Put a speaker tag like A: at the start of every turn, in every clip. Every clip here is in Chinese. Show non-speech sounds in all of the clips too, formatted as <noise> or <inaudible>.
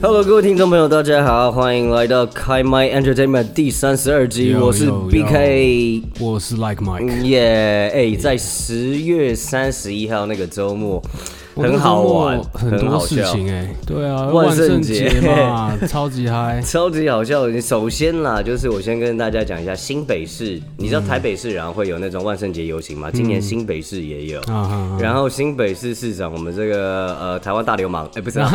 A: Hello，各位听众朋友，大家好，欢迎来到开麦 Entertainment 第三十二集，
B: Yo,
A: 我是
B: yo, yo
A: BK。
B: 我是 Like Mike，
A: 耶！哎，在十月三十一号那个周末，
B: 我那
A: 很
B: 个
A: 好玩，
B: 周末很
A: 好
B: 多事
A: 笑，
B: 情哎、对啊，
A: 万
B: 万
A: 圣
B: 圣
A: 节
B: 节嘛，
A: <laughs>
B: 超级嗨。
A: 超级好笑的。首先啦，就是我先跟大家讲一下新北市，你知
B: 嗯
A: 道台北市然后会有那种万圣节游行吗？今年新北市也有。
B: 啊哈，
A: 然后新北市市长，我们这个呃台湾大流氓，哎、不是、
B: <laughs>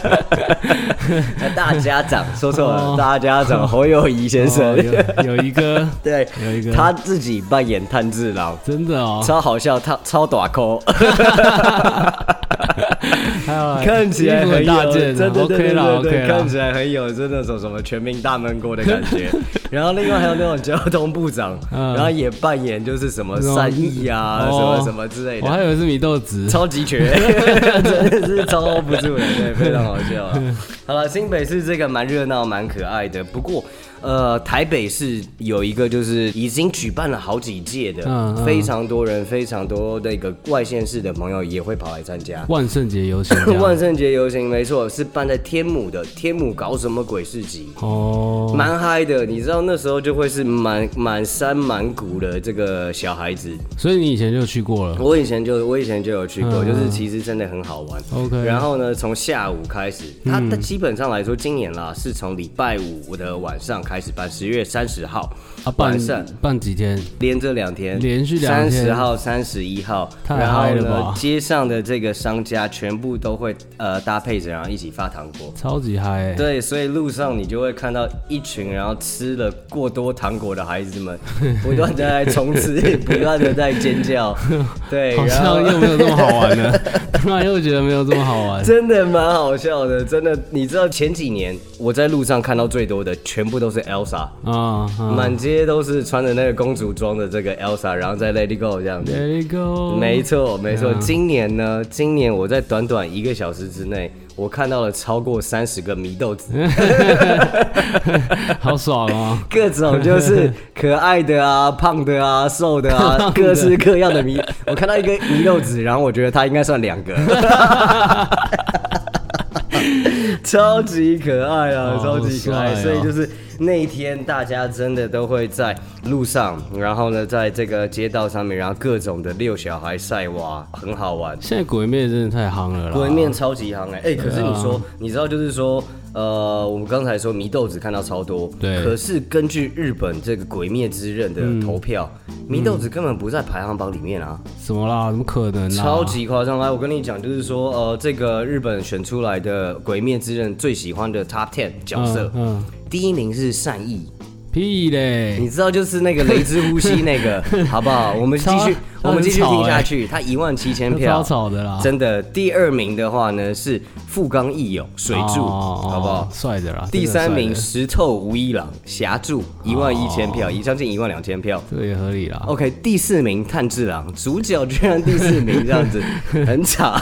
A: 啊，大家长说错了，
B: 哦
A: 大家长侯友谊先生，
B: 哦有有一个
A: 对，
B: 有一个
A: 他自己扮演炭治郎，
B: 真的哦，
A: 超好笑，他超短扣，
B: 还有
A: 看起来
B: 哎衣
A: 很
B: 服很
A: 有
B: 大件啊
A: 真的
B: ，OK 啦
A: 对对对对
B: ，OK
A: 看
B: 啦
A: 起。来很有真的种什么全民大闷锅的感
B: <laughs>
A: 觉。然后另外还有那种交通部长，
B: 嗯
A: 然后也扮演就是什么
B: 那种
A: 善意啊，什
B: 哦
A: 么什么之类的
B: 我。还以为是米豆
A: <laughs>
B: 子，
A: 超级
B: <laughs>
A: 绝，真的是超 hold 不住的，对，非常好笑、
B: <laughs>
A: 啊。好了，新北市这个蛮热闹、蛮可爱的，不过。呃，台北市有一个就是已经举办了好几届的，
B: 嗯嗯
A: 非常多人，非常多那个外县市的朋友也会跑来参加。
B: 万圣节游行这
A: <laughs>
B: 样
A: 万圣节游行没错，是办在天母的，天母搞什么鬼市集？
B: 哦，
A: 蛮嗨的，你知道那时候就会是满满山满谷的这个小孩子，
B: 所以你以前就去过了
A: 我以前就我以前就有去过，
B: 嗯
A: 就是其实真的很好玩。
B: OK 嗯
A: 然后呢，从下午开始，它它基本上来说，今年啦是从礼拜五的晚上开始办，十月三十号
B: 啊？办
A: 晚上。
B: 办几天？
A: 连着两天，
B: 连续两天
A: 三十号、三十一号，
B: 太
A: 然后
B: 嗨了
A: 呢
B: 吧，
A: 街上的这个商家全部都会呃搭配着，然后一起发糖果。
B: 超级嗨欸！
A: 对，所以路上你就会看到一群然后吃了过多糖果的孩子们，不断的在冲
B: <laughs>
A: 刺，不断的在尖叫。对，
B: 好
A: 然后
B: 像又没有这么好玩
A: <laughs>
B: 了，突然又觉得没有这么好 <laughs> 玩。
A: 真的蛮好笑的，真的，你知道前几年我在路上看到最多的，全部都是 Elsa，
B: 啊啊
A: 满、街都是穿着那个公主装的这个 Elsa，然后再 Let It Go 这样子。
B: ，There you go，
A: 没错，没错。今年呢，今年我在短短一个小时之内，我看到了超过三十个祢豆子，
B: 好爽哦！
A: <laughs> 各种就是可爱的啊、胖的啊、瘦的
B: <laughs>
A: 啊，各式各样的祢。我看到一个祢豆子，然后我觉得它应该算两个。 <laughs> 超级可爱啊，
B: 哦
A: 超级可爱，
B: 好帅
A: 所
B: 哦
A: 以就是那一天，大家真的都会在路上，然后呢，在这个街道上面，然后各种的遛小孩、晒娃，很好玩。
B: 现在鬼灭真的太夯了啦！
A: 鬼面超级行哎、
B: 啊
A: 哎、可是你说，你知道就是说，呃，我们刚才说祢豆子看到超多，
B: 对
A: 可是根据日本这个《鬼灭之刃》的投票，
B: 嗯
A: 祢豆子根本不在排行榜里面啊，
B: 什么啦？怎么可能啊啦？
A: 超级夸张！来，我跟你讲，就是说，呃，这个日本选出来的《鬼灭之刃》最喜欢的 Top Ten 角色，
B: 嗯，嗯
A: 第一名是善意，
B: 屁嘞！
A: 你知道就是那个雷之呼吸那
B: <laughs>
A: 个，好不好？我们继续，
B: 超
A: 我们继续
B: 很吵
A: 听下
B: 欸
A: 去，他一万七千
B: 那
A: 票
B: 超。吵的啦，
A: 真的，第二名的话呢是富冈义勇水柱，
B: 哦
A: 好不好？
B: 帅的啦！
A: 第三名
B: 真的帅的
A: 石透无一郎霞柱，一万一千
B: 哦
A: 票，一将近一万两千票。
B: 这个也合理啦。
A: OK，第四名炭治郎，主角居然第四名这样
B: <laughs>
A: 子，很惨。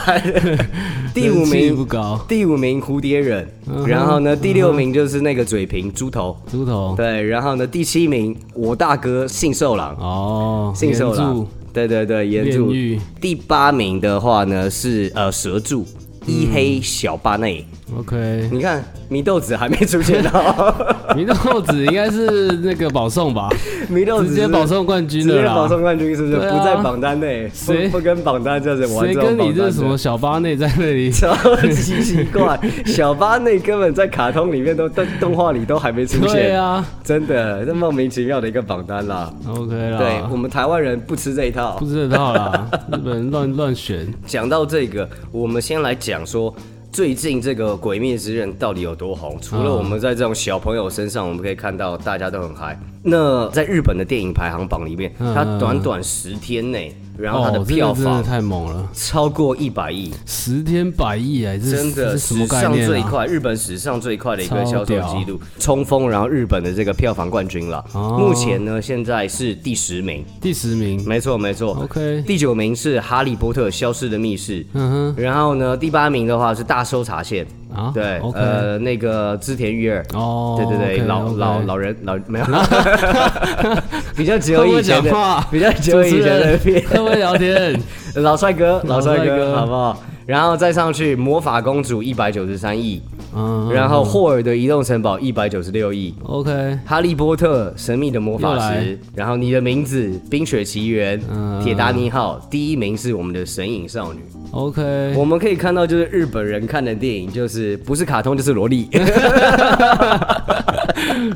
A: 第五
B: 人气
A: 名
B: 不嗯高
A: 第五名蝴蝶忍，然后呢，第六名就是那个嘴平猪头，
B: 猪头
A: 对，然后呢，第七名我大哥信受郎，
B: 哦，
A: 信手
B: 岩
A: 啦
B: 柱，
A: 对对对，岩柱
B: 炼狱。
A: 第八名的话呢是呃蛇柱。一黑小巴内，
B: OK，
A: 你看祢豆子还没出现
B: <laughs>
A: 哦，
B: 祢豆子应该是那个保送吧，
A: 祢豆子
B: 直接保送冠
A: 直
B: 军
A: 接
B: 了
A: 保
B: 啦。
A: 送冠军是不是
B: 对
A: 不
B: 啊
A: 在榜单内？
B: 谁
A: 不不跟榜单这样子玩
B: 谁
A: 这
B: 跟
A: 种
B: 你
A: 榜
B: 这
A: 单
B: 什么
A: 的？
B: 小巴内在那里？
A: 超级奇怪，小巴内根本在卡通里面都动动画里都还没出
B: 对
A: 现，
B: 啊
A: 真的，这莫名其妙的一个榜单啦。
B: ，OK 啦，
A: 对我们台湾人不吃这一套，
B: 不知道啦，日本人乱乱选，
A: 讲到这个，我们先来讲说。最近这个《鬼灭之刃》到底有多红？除了我们在这种小朋友身上，我们可以看到大家都很嗨。那在日本的电影排行榜里面，
B: 嗯
A: 它短短十天内，然后它的
B: 哦，这
A: 票
B: 个真的
A: 房
B: 太猛了，
A: 超过一百亿，
B: 十天百亿哎，这
A: 真
B: 这
A: 的
B: 是什
A: 史
B: 么概
A: 上
B: 念
A: 最
B: 啊？
A: 快，日本史上最快的一个销售
B: 超屌
A: 记录，冲锋然后日本的这个票房冠军了。
B: 哦
A: 目前呢，现在是第十名，
B: 第十名
A: 没错没错。
B: ，OK，
A: 第九名是《哈利波特：消失的密室》，
B: 嗯
A: 然后呢，第八名的话是大搜查线，
B: 哼，啊，
A: 对，
B: ，OK，
A: 呃，那个织田裕二。
B: 哦，
A: 对对对
B: OK，
A: 老
B: OK
A: 老老人老没有， <laughs> 比较久
B: 会不
A: 以
B: <laughs> 会
A: 前
B: 讲
A: 的，
B: 话？ <laughs>
A: 比较久以前的片， <laughs>
B: 会不会聊天？
A: 老帅哥，老
B: <laughs> 老
A: 帅
B: 帅
A: 哥，
B: 哥
A: 好不好？然后再上去魔法公主一百九十三亿，
B: 嗯，
A: 然后霍尔的移动城堡一百九十六亿，
B: OK，
A: 哈利波特、神秘的魔
B: 又
A: 法
B: 来
A: 石，然后你的名字、冰雪奇缘、
B: 嗯
A: 铁达尼号，第一名是我们的神隐少女。
B: OK，
A: 我们可以看到，就是日本人看的电影，就是不是卡通就是萝
B: <laughs>
A: 莉，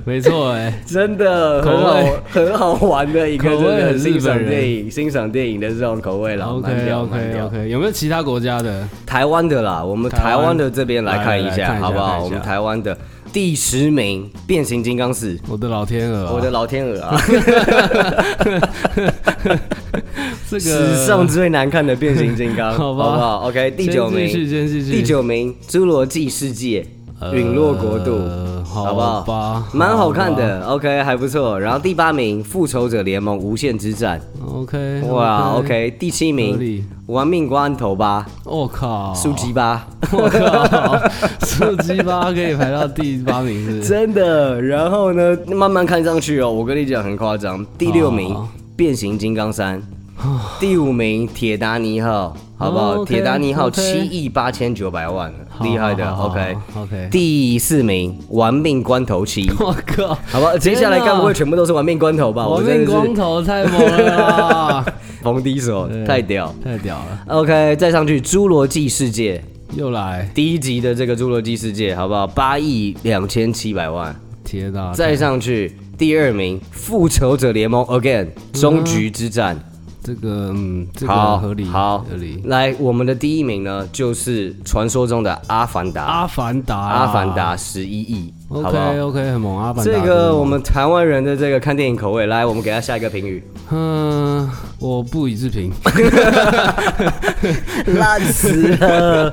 B: 没错
A: <laughs>
B: 哎，
A: 真的
B: 口
A: 很好
B: 味
A: 很好玩的一个，
B: 口味
A: 真的
B: 很日
A: 欣赏
B: 本人
A: 电影、欣赏电影的这种口味啦。慢
B: OK
A: 掉
B: OK
A: 慢掉
B: OK，有没有其他国家的？
A: 台湾的啦，我们
B: 台
A: 台
B: 湾
A: 湾的这边来看一
B: 来来来
A: 下，
B: 看一下
A: 好不
B: 看一
A: 好？
B: 下
A: 我们台湾的第十名，变形金刚四，
B: 我的老天鹅啊，
A: 我的老天鹅
B: <laughs>
A: 啊，
B: 这个
A: 史上最难看的变形金
B: <laughs>
A: 刚，好
B: 好
A: 不
B: 吧
A: 好？OK，第九名，
B: 先继续先继续
A: 第九名，《侏罗纪世界》
B: 呃
A: 陨落国度，
B: 好
A: 不
B: 吧
A: 好？蛮好看的，OK，还不错。然后第八名，《复仇者联盟：无限之战》，
B: OK，
A: 哇，OK，第七
B: 合
A: 名，
B: 理哦
A: 《玩命关头吧
B: 我靠，》，
A: 速激吧。
B: 我靠，素鸡巴可以排到第八名是不是？
A: 真的。然后呢，慢慢看上去哦，我跟你讲很夸张。第六名，
B: 哦
A: 变形金刚三；第五名，铁达尼号，好不
B: 哦
A: 好？
B: ，OK，
A: 铁达尼号
B: OK
A: 七亿八千九百万了，
B: 好
A: 厉害的。
B: 好好
A: OK
B: 好 OK
A: 第四名，玩命关头七。
B: 我靠，
A: 好吧，接下来
B: 天哪
A: 该不会全部都是玩命关头吧？
B: 我
A: 真
B: 命
A: 的
B: 光
A: 是
B: 头太猛了
A: <laughs>
B: 啦，
A: 逢低手，太屌。
B: 太屌了，
A: OK，再上去《侏罗纪世界》
B: 又来，
A: 第一集的这个《侏罗纪世界》，好不好？八亿两千七百万。
B: 天哪，
A: 再上去第二名，《复仇者联盟 Again》终局之战，
B: 这个嗯，这个
A: 好
B: 合理，
A: 好
B: 合理，
A: 来，我们的第一名呢，就是传说中的《阿凡达》，
B: 阿凡达，
A: 阿凡达十一亿，好不好
B: 啊，OK？OK，很猛，阿凡达，
A: 这个我们台湾人的这个看电影口味，来，我们给他下一个评
B: <laughs>
A: 语，
B: 嗯，我不予置评。
A: 烂死 <laughs> 了，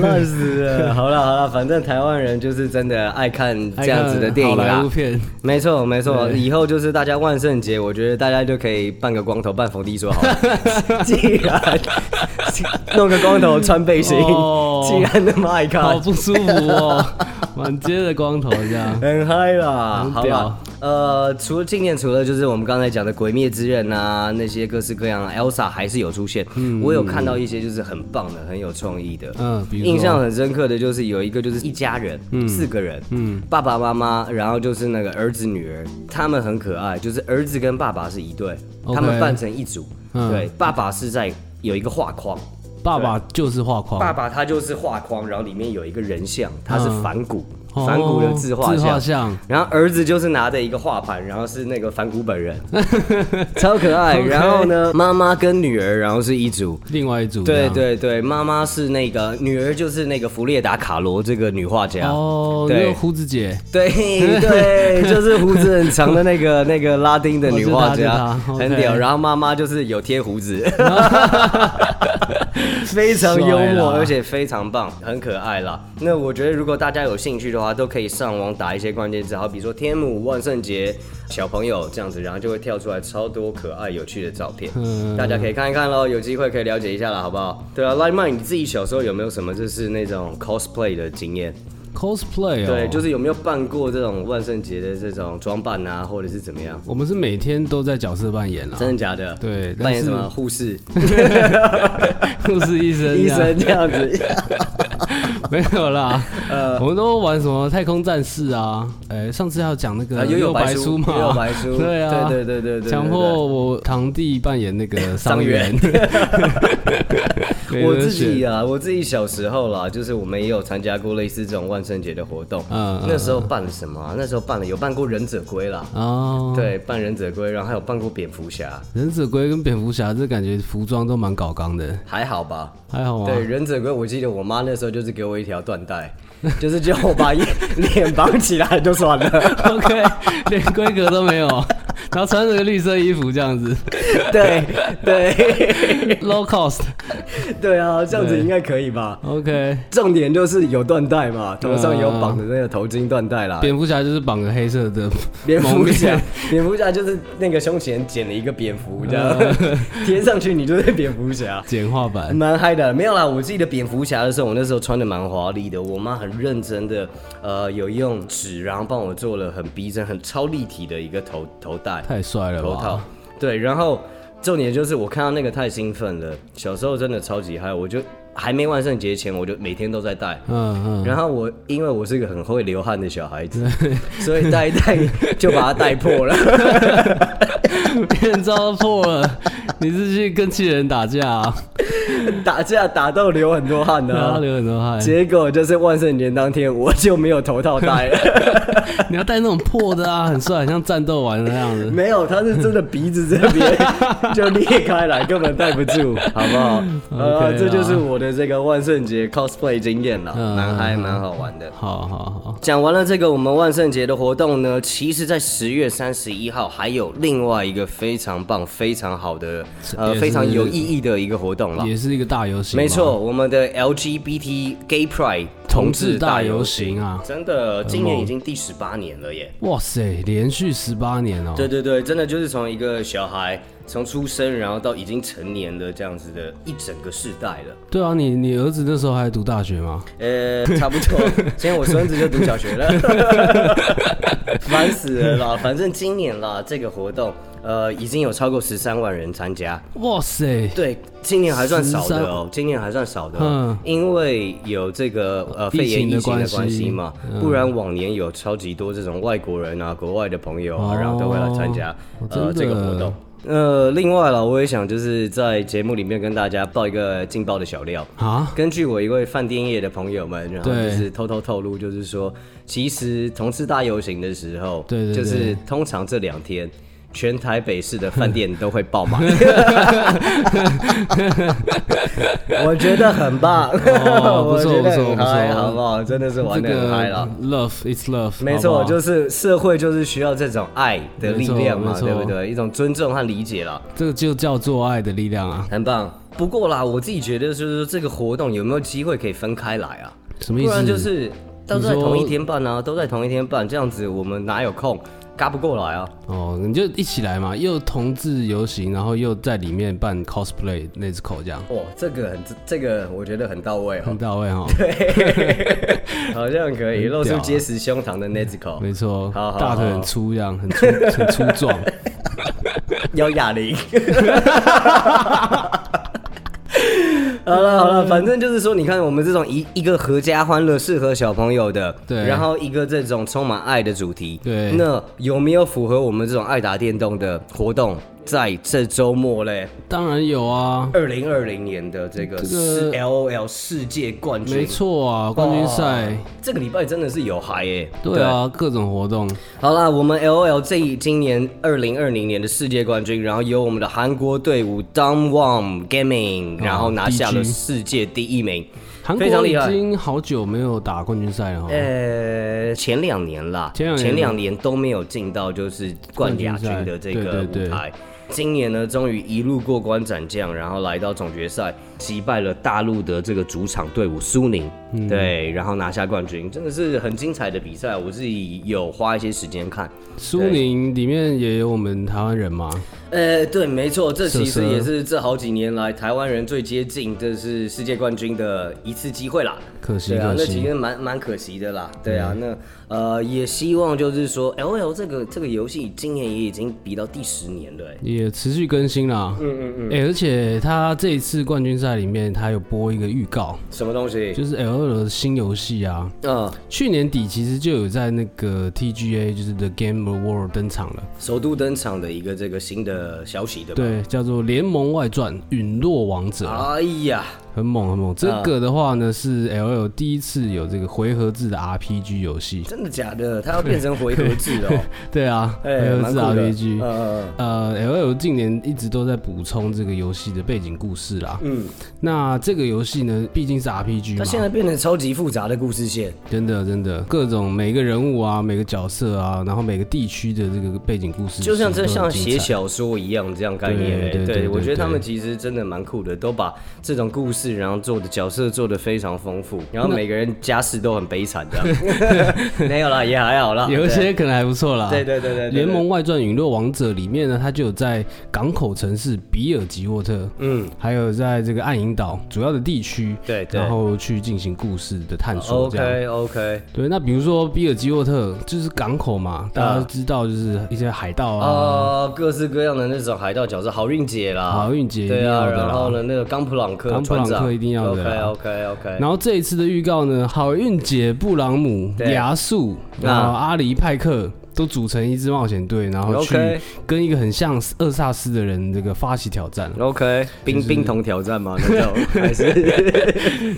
A: 烂死了。好了好了，反正台湾人就是真的爱看 <laughs> 这样子的电影啊
B: 好莱
A: 啦
B: 坞。
A: <laughs>
B: 片，
A: 没错，没错，以后就是大家万圣节，我觉得大家就可以扮个光头，扮冯迪说好
B: <laughs>
A: 了。既然 <laughs> 弄个光头穿背心
B: 哦，
A: 既然那么爱
B: 好
A: 看，
B: 不舒服哦，满街的光头
A: <laughs>
B: 这样。
A: 很嗨啦，好
B: 屌
A: 吧。呃，除了今年，除了就是我们刚才讲的《鬼灭之刃》啊，那些各式各样的 Elsa 还是有出现。我有看到一些就是很棒的、很有创意的。
B: 嗯，比如说嗯
A: 印象很深刻的就是有一个就是一家人，四个人，爸爸妈妈，然后就是那个儿子女儿，他们很可爱，就是儿子跟爸爸是一对
B: OK
A: 他们扮成一组，
B: 嗯哦
A: 对，爸爸是在有一个画框，
B: 爸爸就是画框，
A: 爸爸他就是画框，然后里面有一个人像，他是
B: 嗯
A: 反骨，
B: 哦
A: 反骨的自画
B: 自画
A: 像。
B: 像，
A: 然后儿子就是拿着一个画盘，然后是那个反骨本 <laughs> 人，超可爱。
B: OK
A: 然后呢，妈妈跟女儿，然后是一组，
B: 另外一组这
A: 对
B: 样。
A: 对对，妈妈是那个女儿，就是那个弗列达·卡罗这个女画家。
B: 哦，那
A: 对
B: 个胡子姐， <laughs>
A: 对对，就是胡子很长的那个那个拉丁的女画家，
B: 我知道知道，OK
A: 很屌。然后妈妈就是有贴胡
B: <laughs>
A: 子，非常幽
B: 帅
A: 默，
B: 啦
A: 而且非常棒，很可爱啦。那我觉得如果大家有兴趣的话，都可以上网打一些关键字，好比说天母万圣节小朋友这样子，然后就会跳出来超多可爱有趣的照片。
B: 嗯，
A: 大家可以看一看喽，有机会可以了解一下了，好不好？对啊 l i n e Man，你自己小时候有没有什么就是那种 cosplay 的经验？
B: cosplay 哦，
A: 对，就是有没有办过这种万圣节的这种装扮啊，或者是怎么样？
B: 我们是每天都在角色扮演啦，啊 <laughs>
A: 真的假的？
B: 对但
A: 扮演
B: 是
A: 什么护
B: <laughs>
A: 士、
B: 护士医生，啊
A: 医生这样子。
B: <laughs> 没
A: <laughs>
B: 有啦，
A: 呃
B: 我们都玩什么太空战士啊？哎，上次要讲那
A: 啊
B: 个
A: 幽游白
B: 白
A: 书
B: 书嘛，
A: 幽游白书
B: <laughs> 对啊，
A: 对对对对对对
B: 强迫我堂弟扮演那
A: <laughs>
B: 个
A: 伤
B: 员
A: 员，
B: <laughs> 没
A: <laughs>
B: 得
A: 我自己
B: 选
A: 啊，我自己小时候啦，就是我们也有参加过类似这种万圣节的活动。
B: 嗯嗯
A: 那时候办了什么啊、那时候办了有办过忍者龟啦，
B: 哦，
A: 对，扮忍者龟，然后还有办过蝙蝠侠，
B: 忍者龟跟蝙蝠侠这感觉服装都蛮搞刚的，
A: 还好吧？
B: 还好啊吗？
A: 对，忍者龟，我记得我妈那时候就是给我一条缎带， <laughs> 就是叫我把眼 <laughs> 脸绑起来就算
B: <laughs>
A: 了。
B: <laughs> ，OK，连规格都没有， <laughs> 然后穿着个绿色衣服这
A: <laughs>
B: 样子
A: 对对
B: ，low cost。
A: <laughs> 对啊，这样子应该可以吧？
B: OK，
A: 重点就是有缎带嘛，头上有绑的那个头巾缎带啦。
B: 啊蝙蝠侠就是绑个黑色的
A: 蝙
B: 蒙
A: 蝠
B: 面
A: 侠，蝙蝠侠就是那个胸前剪了一个蝙蝠，这样
B: 啊
A: <laughs> 贴上去你就是蝙蝠侠。
B: 简化版。
A: 蛮嗨的，没有啦。我记得蝙蝠侠的时候，我那时候穿的蛮华丽的，我妈很认真的，呃，有用纸，然后帮我做了很逼真、很超立体的一个头头带、
B: 太帅了
A: 头套
B: 吧！。
A: 对，然后重点就是我看到那个太兴奋了，小时候真的超级嗨，我就还没万圣节前，我就每天都在戴。
B: 嗯 <laughs> 嗯，
A: 然后我因为我是一个很会流汗的小孩子，所以戴一
B: <laughs>
A: 戴就把它戴破了。
B: 变糟破了，你是去跟气人打
A: <laughs>
B: 架啊？
A: 打架打到流很多汗的
B: 然
A: 啊、
B: 后流很多汗，
A: 结果就是万圣节当天我就没有头套戴
B: <laughs>
A: 了，
B: 你要戴那种破的啊，很帅，很像战斗完的那样子。
A: 没有，他是真的鼻子这边就裂开来，根本戴不住，好不
B: <laughs>
A: 好？呃
B: 哦 OK 啦
A: 这就是我的这个万圣节 cosplay 经验了，
B: 嗯
A: 蛮嗨，蛮好玩的。
B: 好好好，
A: 讲完了这个我们万圣节的活动呢，其实，在十月三十一号还有另外一个非常棒、非常好的，呃，
B: 也是
A: 非常有意义的一个活动了。
B: 也是一个大游行，
A: 没，错，我们的 LGBT Gay Pride
B: 同
A: 同
B: 志
A: 志
B: 大
A: 大
B: 游
A: 游
B: 行
A: 行
B: 啊
A: 真的，今年已经第十八年了耶。
B: 哇塞，连续十八年哦，
A: 对对对，真的就是从一个小孩从出生，然后到已经成年的这样子的一整个世代了。
B: 对啊，你你儿子那时候还读大学吗？
A: 呃，差不多。 <laughs> 现在我孙子就读小学了， <laughs> 烦死了啦！反正今年啦，这个活动呃已经有超过十三万人参加。
B: 哇塞，
A: 对，今年还算少的哦，今年还算少的、哦，
B: 嗯
A: 因为有这个呃肺炎
B: 疫情的
A: 疫情的
B: 关系嗯
A: 关系嘛，不然往年有超级多这种外国人啊、国外的朋友啊，
B: 哦
A: 然后都会来参加、呃
B: 真的
A: 这个活动。呃，另外了，我也想就是在节目里面跟大家爆一个劲爆的小料。
B: 啊，
A: 根据我一位饭店业的朋友们，然后
B: 对
A: 就是偷偷透露，就是说，其实同事大游行的时候，
B: 对对对
A: 就是通常这两天，全台北市的饭店都会爆
B: <laughs>
A: 满，我觉得很棒，
B: 哦不
A: <laughs> 我
B: 错
A: 觉得
B: 不
A: 很
B: 错
A: 嗨，
B: 不错
A: 好不好？真的是
B: 这
A: 玩的很
B: 个
A: 嗨了。
B: love it's love，
A: 没
B: 好
A: 错，
B: 不好
A: 就是社会就是需要这种爱的力量嘛
B: 没，错
A: 对
B: 没
A: 不
B: 错
A: 对？一种尊重和理解了。
B: 这个就叫做爱的力量啊，
A: 很棒。不过啦，我自己觉得就是说这个活动有没有机会可以分开来啊？
B: 什么意思
A: 不然就是都在
B: 你说
A: 同一天办啊，都在同一天办，这样子我们哪有空嘎不过来啊？
B: 哦，你就一起来嘛，又同志游行，然后又在里面办 cosplay 那只口这样，
A: 哇，哦这个很这个我觉得很到位哦
B: 很，到
A: <laughs>
B: 位哦，
A: 好像可以露出
B: 屌啊
A: 结实胸膛的 n e z c o
B: 没错
A: 好好，
B: 大腿很粗这样，很粗很粗
A: <laughs>
B: 壮，
A: 要哑铃。 <laughs> 好了好了，反正就是说，你看我们这种一一个合家欢乐、适合小朋友的，
B: 对
A: 然后一个这种充满爱的主题，
B: 对
A: 那有没有符合我们这种爱打电动的活动？在这周末嘞，
B: 当然有啊，
A: 二零二零年的这个
B: 这个
A: 世 LOL 世界冠军，
B: 没错啊，冠军赛
A: 哇，，这个礼拜真的是有嗨耶、
B: 对啊，各种活动，
A: 好啦，我们 L O L 这一今年二零二零年的世界冠军，然后由我们的韩国队伍 Dom Won
B: 啊
A: Gaming，然后拿下了
B: DG
A: 世界第一名。
B: 韩
A: 非常
B: 国
A: 厉
B: 已
A: 害
B: 经好久没有打冠军赛了哦，
A: 呃，前两年啦，
B: 前两年
A: 年都没有进到就是冠亚军的这个
B: 冠军赛对对
A: 舞
B: 对
A: 台。今年呢，终于一路过关斩将，然后来到总决赛，击败了大陆的这个主场队伍苏宁，
B: 嗯
A: 对，然后拿下冠军，真的是很精彩的比赛。我自己有花一些时间看，
B: 苏宁里面也有我们台湾人嘛，
A: 呃，对，没错，这其
B: 是
A: 实
B: 是
A: 也是这好几年来台湾人最接近这是世界冠军的一次机会啦。
B: 可惜
A: 对啊，
B: 可
A: 那其
B: 惜，
A: 实蛮蛮可惜的
B: 嗯
A: 啦。对啊，那呃也希望就是说，L O L 这个这个游戏今年也已经比到第十年了、欸，
B: 也持续更新啦。嗯嗯嗯。哎，而且他这一次冠军赛里面，他有播一个预告，
A: 什么东西？
B: 就是 L 二的新游戏啊。
A: 嗯，
B: 去年底其实就有在那个 TGA，就是 The Game Award 登场了，
A: 首都登场的一个这个新的消息，对吧？
B: 对，叫做《联盟外传：陨落王者》，
A: 哎呀，
B: 很猛很猛。
A: 嗯
B: 这个的话呢，是 L L 第一次有这个回合制的 RPG 游戏， <laughs>
A: 真的假的？它要变成回合制哦、
B: 对啊，
A: 哎、
B: 回合
A: 蛮
B: 制
A: 酷的。嗯
B: RPG。
A: 嗯
B: 呃，L L 近年一直都在补充这个游戏的背景故事啦。
A: 嗯，
B: 那这个游戏呢，毕竟是 RPG
A: 它
B: 嘛，
A: 现在变成超级复杂的故事线。
B: 真的真的各种每个人物啊，每个角色啊，然后每个地区的这个背景故事，
A: 就像这
B: 其实都
A: 像
B: 很精彩
A: 写小说一样这样概念、
B: 对
A: 欸，
B: 对对
A: 对
B: 对
A: 我觉得
B: 对
A: 他们其实真的蛮酷的，都把这种故事，然后做的角色做的非常丰富，然后每个人家世都很悲惨的，
B: <laughs>
A: 没有啦，也还好啦，
B: 有一些可能还不错啦。
A: 对对对对对对
B: 联盟外传《陨落王者》里面呢，它就有在港口城市比尔吉沃特，嗯，还有在这个暗影岛主要的地区，
A: 对对哦
B: 然后去进行故事的探索，这样。
A: OK OK，
B: 对，那比如说比尔吉沃特就是港口嘛，大家都知道就是一些海盗啊、
A: 嗯哦，各式各样的那种海盗角色，好运姐啦，
B: 好运姐
A: 对啊，
B: 一定要的啦
A: 然后呢，那个冈普朗克
B: 冈普
A: 船
B: 朗
A: 长
B: 克一定要的啦
A: OK OK OK，
B: 然后这一次的预告呢，好运姐、布朗姆、
A: 对啊
B: 牙树，然后阿里派克都组成一支冒险队，然后去
A: OK
B: 跟一个很像厄萨斯的人这个发起挑战，
A: OK，冰冰桶挑战吗？那种还是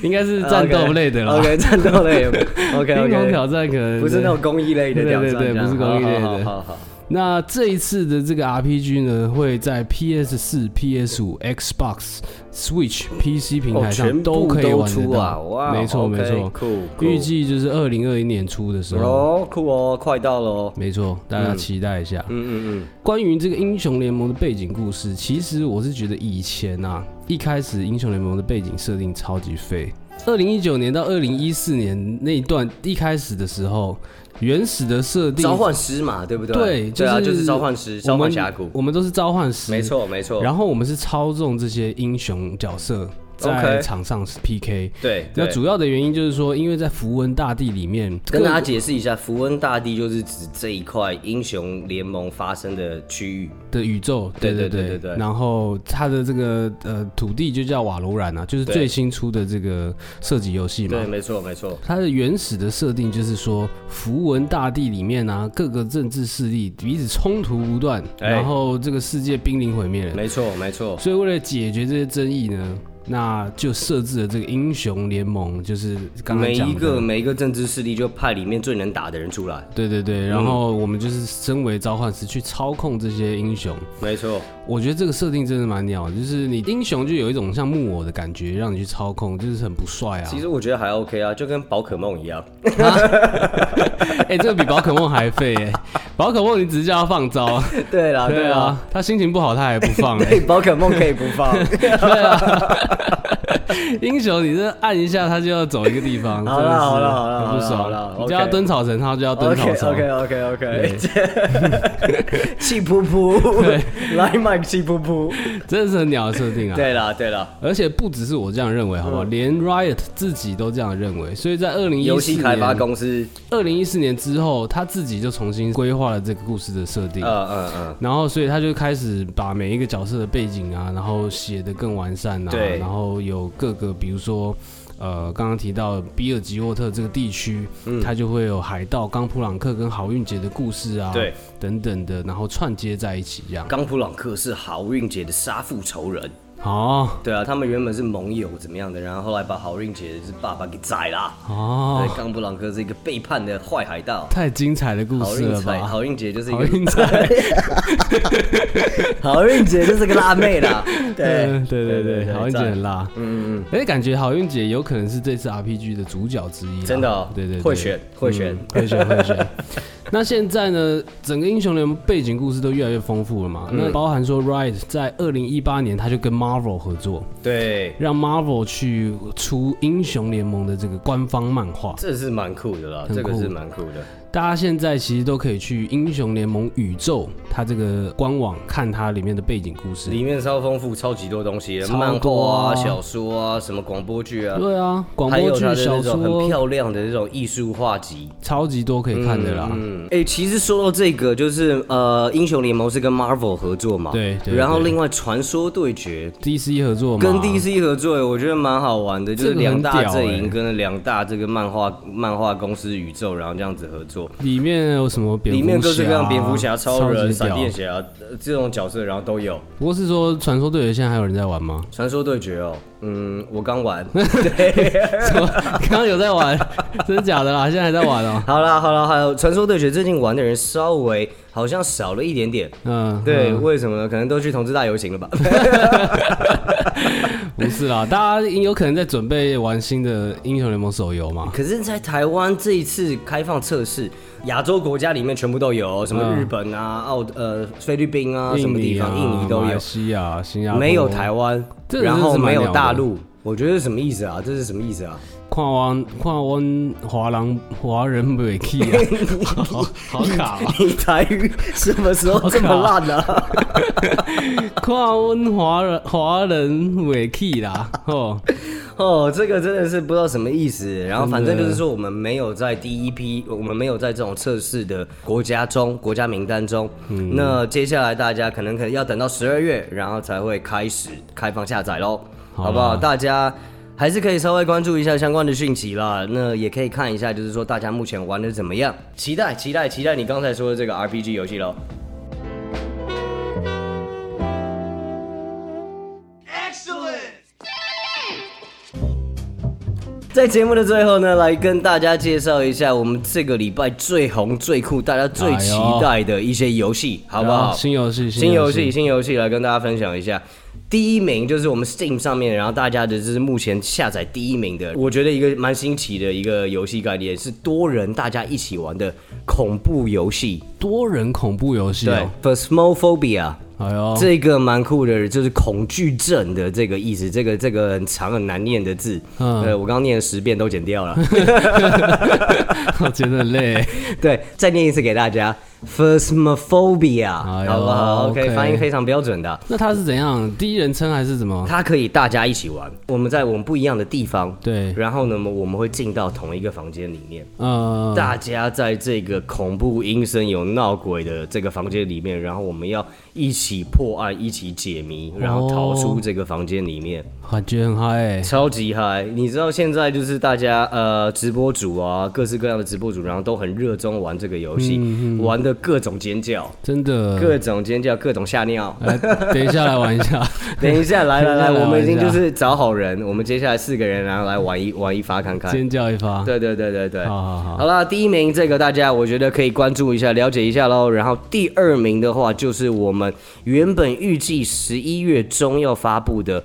B: 应该是 <laughs> 战斗类的啦。
A: OK，战斗类。OK
B: <laughs> 冰桶
A: OK，
B: 挑战可能
A: 不是那种公益类的挑战，
B: 对对对
A: 这样
B: 不是公益类的
A: 好好好好好
B: 那这一次的这个 RPG 呢，会在 PS 四、PS 五、Xbox、Switch、PC 平台
A: 哦全
B: 上
A: 部
B: 可以
A: 都
B: 玩得
A: 出
B: 到。
A: 啊哇
B: 没错
A: OK，
B: 没错，
A: 酷酷
B: 预计就是二零二一年初的时候。
A: 哦，酷哦，快到了哦。
B: 没错，大家期待一下。
A: 嗯嗯
B: 关于这个英雄联盟的背景故事，其实我是觉得以前啊，一开始英雄联盟的背景设定超级废。二零一九年到二零一四年那一段一开始的时候，原始的设
A: 嗯，
B: 定
A: 召唤师嘛，对不对？
B: 对，
A: 对啊，就是
B: 是
A: 召唤师，召
B: 我
A: 唤
B: 们
A: 峡谷。
B: 我们都是召唤师，
A: 没。错没错。
B: 然后我们是操纵这些英雄角色在
A: OK
B: 场上 PK。
A: 对，
B: 那
A: 对
B: 主要的原因就是说，因为在符文大帝里面，
A: 跟大
B: 各
A: 家解释一下，符文大帝就是指这一块英雄联盟发生的区域。
B: 的宇宙，
A: 对
B: 对
A: 对
B: 对
A: 对对对
B: 然后它的这个呃土地就叫瓦罗兰啊，就是
A: 对
B: 最新出的这个射击游戏嘛
A: 对，。没错没错。
B: 它的原始的设定就是说，符文大帝里面啊，各个政治势力彼此冲突不断，
A: 哎
B: 然后这个世界濒临毁灭了。
A: 没错，没错。
B: 所以为了解决这些争议呢，那就设置了这个英雄联盟，就是刚刚
A: 每
B: 讲
A: 一
B: 的
A: 个每一个政治势力就派里面最能打的人出来。
B: 对对对，然后
A: 嗯
B: 我们就是身为召唤师去操控这些英雄，
A: 没错，
B: 我觉得这个设定真的蛮鸟的，就是你英雄就有一种像木偶的感觉，让你去操控，就是很不帅啊
A: 其。实我觉得还 OK 啊，就跟宝可梦一样。
B: 哎、这个比宝可梦还废
A: <laughs>
B: 哎、宝可梦你只是叫他放招，
A: 对啦，
B: 对
A: 对啊，
B: <laughs> 啊，他心情不好他还不放哎、
A: <laughs> 对宝可梦可以不
B: <laughs>
A: 放。
B: 对啊，英雄你这按一下他就要走一个地方，
A: 好啦
B: 真的是
A: 好啦好啦
B: 很不
A: 好
B: 爽
A: 啦好啦
B: 你叫他
A: OK
B: 蹲草绳，他就要蹲
A: OK
B: 草绳。
A: OK OK OK，气 <laughs> 噗
B: <laughs>
A: 噗，来麦气噗噗。
B: 真的是很鸟的设定
A: <laughs>
B: 啊！
A: 对啦对啦，
B: 而且不只是我这样认为，好不好？连 Riot 自己都这样认为，所以在二零
A: 游
B: 一四
A: 戏开发
B: 年，
A: 公司，
B: 二零一四年之后，他自己就重新规划了这个故事的设定。
A: 嗯嗯嗯，
B: 然后，所以他就开始把每一个角色的背景啊，然后写得更完善啊，
A: 对
B: 然后有各个，比如说，呃，刚刚提到比尔吉沃特这个地区，
A: 嗯
B: 它就会有海盗、冈普朗克跟好运节的故事啊，
A: 对，
B: 等等的，然后串接在一起这样。
A: 冈普朗克是好运姐的杀父仇人。
B: 哦
A: 对啊，他们原本是盟友怎么样的，然后后来把好运姐是爸爸给宰啦。
B: 哦，
A: 对，冈布朗克是一个背叛的坏海盗。
B: 太精彩的故
A: 好
B: 事
A: 运
B: 了
A: 彩，
B: 吧！
A: 好运姐就是一
B: 好
A: 个
B: 运彩，
A: <laughs> 好运姐就是个辣妹啦。对
B: <laughs> 嗯 <laughs> 对对对，好运姐很
A: 赞
B: 辣，嗯嗯，哎，感觉好运姐有可能是这次 RPG 的主角之一啦，
A: 真的哦
B: 对对，对
A: 会选会选
B: 嗯会选会选。 <laughs> 那现在呢，整个英雄联盟背景故事都越来越丰富了
A: 嗯
B: 嘛，那包含说 Riot 在二零一八年他就跟 Marvel 合作，
A: 对，
B: 让 Marvel 去出英雄联盟的这个官方漫画，
A: 这是蛮酷的啦，
B: 很
A: 这个
B: 酷
A: 是蛮酷的。
B: 大家现在其实都可以去英雄联盟宇宙它这个官网看它里面的背景故事，
A: 里面超丰富，超级多东西的，
B: 超多啊
A: 漫画啊、小说啊、什么广播剧啊，
B: 对啊，广
A: 还
B: 播
A: 有
B: 剧
A: 它、的
B: 小
A: 那种很
B: 说
A: 漂亮的那种艺术画集。
B: 超级多可以看的啦。
A: 嗯，哎、其实说到这个，就是呃，英雄联盟是跟 Marvel 合作嘛，
B: 对对
A: 然后
B: 对
A: 另外传说对决
B: DC 合作嘛，
A: 跟 DC 合作，我觉得蛮好玩的，就是
B: 这个很
A: 两大
B: 屌
A: 阵
B: 欸
A: 营跟两大这个漫画漫画公司宇宙，然后这样子合作，
B: 里面有什么蝙蝠
A: 里
B: 侠啊
A: 面各式各样蝙蝠侠、超人、
B: 超级
A: 闪
B: 屌
A: 电侠、呃这种角色，然后都有。
B: 不过是说传说对决现在还有人在玩
A: <laughs>
B: 吗？
A: 传说对决哦，嗯，我刚
B: <laughs>
A: 玩。
B: 什么？刚刚有在玩？ <laughs> 真的假的啦？现在还在玩哦、
A: 好啦好啦，还有传说对决，最近玩的人稍微好像少了一点点。
B: 嗯，
A: 对，
B: 嗯
A: 为什么呢？可能都去同志大游行了吧？ <laughs>
B: 不是啦，大家有可能在准备玩新的英雄联盟手游嘛？
A: 可是，在台湾这一次开放测试，亚洲国家里面全部都有，哦什么
B: 嗯
A: 日本啊、澳呃菲律宾啊，什
B: 印
A: 么地
B: 尼
A: 方，
B: 啊、
A: 印尼都
B: 马
A: 有
B: 来，西亚、新加坡
A: 没有台湾，
B: 这个真的
A: 然
B: 是
A: 后
B: 蛮
A: 没
B: 鸟的
A: 有大陆，我觉得是什么意思啊？这是什么意思啊？
B: 看完看完华人华人不会去
A: <laughs>
B: 啊，好好卡啊！
A: 你台语什么时候这么烂呢、啊？
B: 看完华人华人不会去啦，哦，
A: <laughs> 哦，这个真的是不知道什么意思。然后反正就是说，我们没有在第一批，我们没有在这种测试的国家中、国家名单中。那接下来大家可能可能要等到十二月，然后才会开始开放下载喽，
B: 好
A: 好不好？
B: 啦
A: 大家。还是可以稍微关注一下相关的讯息啦，那也可以看一下，就是说大家目前玩的怎么样，期待期待期待你刚才说的这个 RPG 游戏喽。在节目的最后呢，来跟大家介绍一下我们这个礼拜最红、最酷、大家最期待的一些游戏，好不好？
B: 啊新游戏，
A: 新游戏，，新游戏来跟大家分享一下。第一名就是我们 Steam 上面，然后大家的就是目前下载第一名的，我觉得一个蛮新奇的一个游戏概念，是多人大家一起玩的恐怖游戏，
B: 多人恐怖游戏
A: 对哦
B: 哦，
A: ，Phasmophobia。
B: 哎呦，
A: 这个蛮酷的，就是恐惧症的这个意思，这个这个很长很难念的字，
B: 嗯
A: 呃，我刚念了十遍都剪掉了，
B: <laughs> 我觉得很累，
A: <laughs> 对，再念一次给大家，phasmophobia，
B: 哎呦
A: 好不好？OK，
B: OK
A: 发音非常标准的，
B: 那它是怎样？第一人称还是怎么？
A: 它可以大家一起玩，我们在我们不一样的地方，
B: 对，
A: 然后呢，我们会进到同一个房间里面，
B: 呃，
A: 大家在这个恐怖阴森有闹鬼的这个房间里面，然后我们要一起破案，一起解谜，
B: 哦
A: 然后逃出这个房间里面。
B: 感觉很嗨欸，
A: 超级嗨！你知道现在就是大家呃直播主啊，各式各样的直播主，然后都很热衷玩这个游
B: 嗯
A: 戏，玩的各种尖叫，
B: 真的。
A: 各种尖叫，各种吓
B: <laughs>
A: 尿。
B: 来，等一下来玩一
A: <laughs>
B: 下， <laughs>
A: 等一下，来来来，
B: 等一下
A: 我们已经
B: 玩
A: 就
B: 一下
A: 是找好人，我们接下来四个人，然后来玩一玩一发看看。
B: 尖叫一发。
A: 对对对对对，
B: 好好好
A: 好啦，第一名这个大家我觉得可以关注一下，了解一下喽。然后第二名的话，就是我们原本预计十一月中要发布的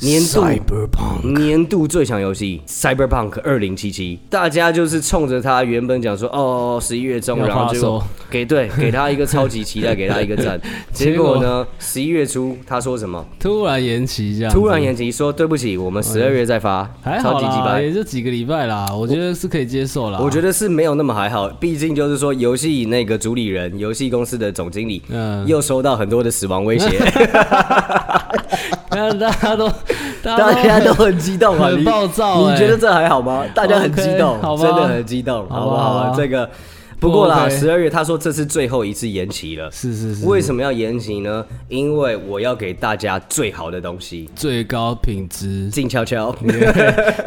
A: 年度
B: Cyberpunk
A: 年度最强游戏《Cyberpunk 二零七七》，大家就是冲着它原本讲说哦十一月中，
B: 要
A: 然后
B: 发
A: 就
B: 售
A: 给对给他一个超级期待，给他一个赞。结
B: <laughs> 结
A: 果
B: 果
A: 呢，十一月初他说什么？
B: 突然延期这样子，
A: 突然延期，说对不起，我们十二月再发，
B: 还
A: 超
B: 好
A: 级鸡
B: 啦，
A: 掰
B: 也。就几个礼拜啦，我觉得是可以接受啦。
A: 我觉
B: 得
A: 得是没有那么还好，毕竟就是说，游戏那个主理人、游戏公司的总经理，
B: 嗯
A: 又收到很多的死亡威胁，
B: 大
A: <laughs>
B: 家都
A: 大家都
B: 很
A: 很激动啊，
B: 很
A: 你
B: 暴躁欸
A: 你觉得这还好吗？大家很激动
B: OK，好吧
A: 真的很激动，好
B: 好吧
A: 不好？这个不过啦，
B: 不 OK
A: 十二月他说这是最后一次延期了，
B: 是是是
A: 为什么要延期呢？因为我要给大家最好的东西，，
B: 最高品质
A: 静悄悄。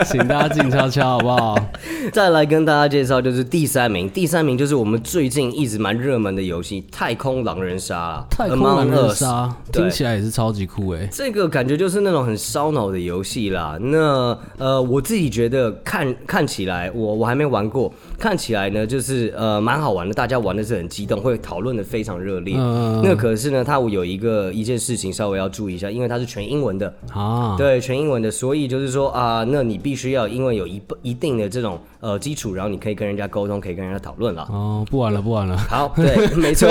B: 请大家静悄悄好不好？
A: <laughs> 再来跟大家介绍就是第三名，第三名就是我们最近一直蛮热门的游戏《太空狼人杀》啦，
B: 太空
A: Among
B: 狼人
A: Us
B: 杀
A: 对
B: 听起来也是超级酷哎，
A: 这个感觉就是那种很烧脑的游戏啦。那呃，我自己觉得看看起来，我我还没玩过，看起来呢就是呃蛮好玩的，大家玩的是很激动，会讨论的非常热烈。
B: 嗯
A: 那可是呢，它我有一个一件事情稍微要注意一下，因为它是全英文的，
B: 啊，
A: 对，全英文的，所以就是说啊、那你必须要因为有一部一定的这种呃基础，然后你可以跟人家沟通，可以跟人家讨论啦。
B: 哦，不玩了不
A: <laughs>
B: 玩了。
A: 好，对，没
B: <laughs>
A: 错，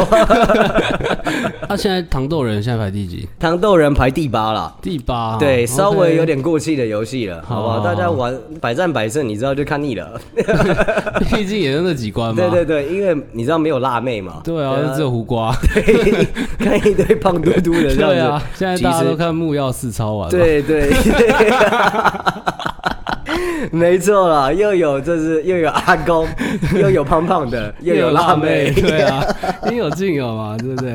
B: 他现在糖豆人现在排第几？
A: 糖豆人排第八啦。
B: 第八哦，
A: 对，稍微
B: OK
A: 有点过气的游戏了，好不好？
B: 好
A: 大家玩百战百胜，你知道就看腻了。
B: <laughs> 毕竟也就那几关嘛。
A: 对对对，因为你知道没有辣妹嘛，
B: 对啊，就只有胡瓜。
A: 对， <laughs> 看一堆胖嘟嘟的这样子。
B: <laughs> 对啊，现在大
A: 其
B: 家
A: 实
B: 都看木曜四超玩嘛。
A: 对对。 <laughs> 没错啦，又有就是又有阿
B: <laughs>
A: 公，又有胖胖的，又有辣 <laughs> 妹。
B: 对啊，应有尽有嘛，对不对？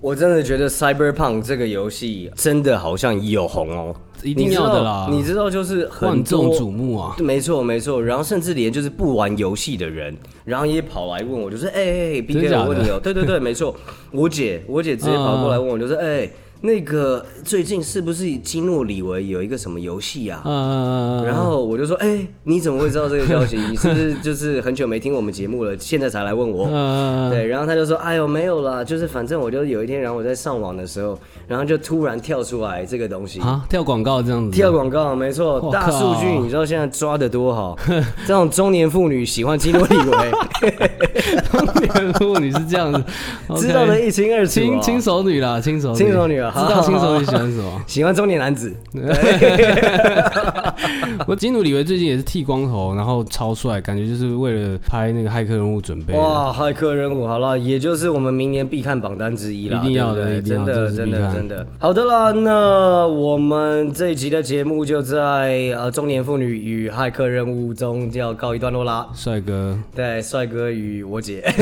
A: 我真的觉得 Cyberpunk 这个游戏真的好像有红哦，
B: 一定要的啦
A: 你知道，你知道就是很
B: 万
A: 多
B: 众瞩目啊！
A: 对没错没错，然后甚至连就是不玩游戏的人，然后也跑来问我，就是哎哎、b
B: 真
A: K，
B: 假的嗯
A: 我问你哦、 <laughs> 对对对，没错，我姐我姐直接跑过来问我，就是哎、那个最近是不是基诺里维有一个什么游戏啊？
B: 呃，
A: 然后我就说，哎、你怎么会知道这个消息？你是不是就是很久没听我们节目了，现在才来问我？
B: 呃，
A: 对，然后他就说：“哎呦，没有啦，就是反正我就有一天，然后我在上网的时候，然后就突然跳出来这个东西，
B: 啊，跳广告这样子，
A: 跳广告，没错，
B: 我
A: 大数据，
B: 靠
A: <laughs>
B: <laughs>
A: 你知道现在抓的多好，这种中年妇女喜欢基努里维，
B: 当年如果你是这
A: <laughs>
B: 样子，OK，
A: 知道的一清二楚
B: 轻
A: 哦。
B: 轻熟女啦，轻熟
A: 轻熟女啊
B: 知道轻熟女喜欢什么？
A: 喜欢中年男子，
B: 我基努里维最近也是剃光头，然后超帅，感觉就是为了拍那个骇客任务准备的。
A: 哇，骇客任务好了，也就是我们明年必看榜单之一啦，
B: 一定要
A: 对
B: 的
A: 不对
B: 一定要
A: 真的
B: 这是
A: 真
B: 必
A: 的
B: 看
A: 真的。好的啦，那我们这一集的节目就在呃中年妇女与骇客任务中就要告一段落啦。
B: 帅哥，
A: 对，帅哥与我姐。 <laughs>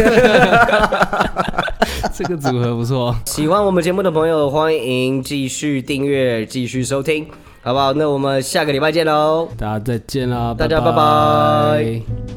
B: 这个组合不错。
A: 喜欢我们节目的朋友，欢迎继续订阅，继续收听，好不好？那我们下个礼拜见喽。
B: 大家再见啦，
A: 大家拜
B: 拜
A: 拜
B: 拜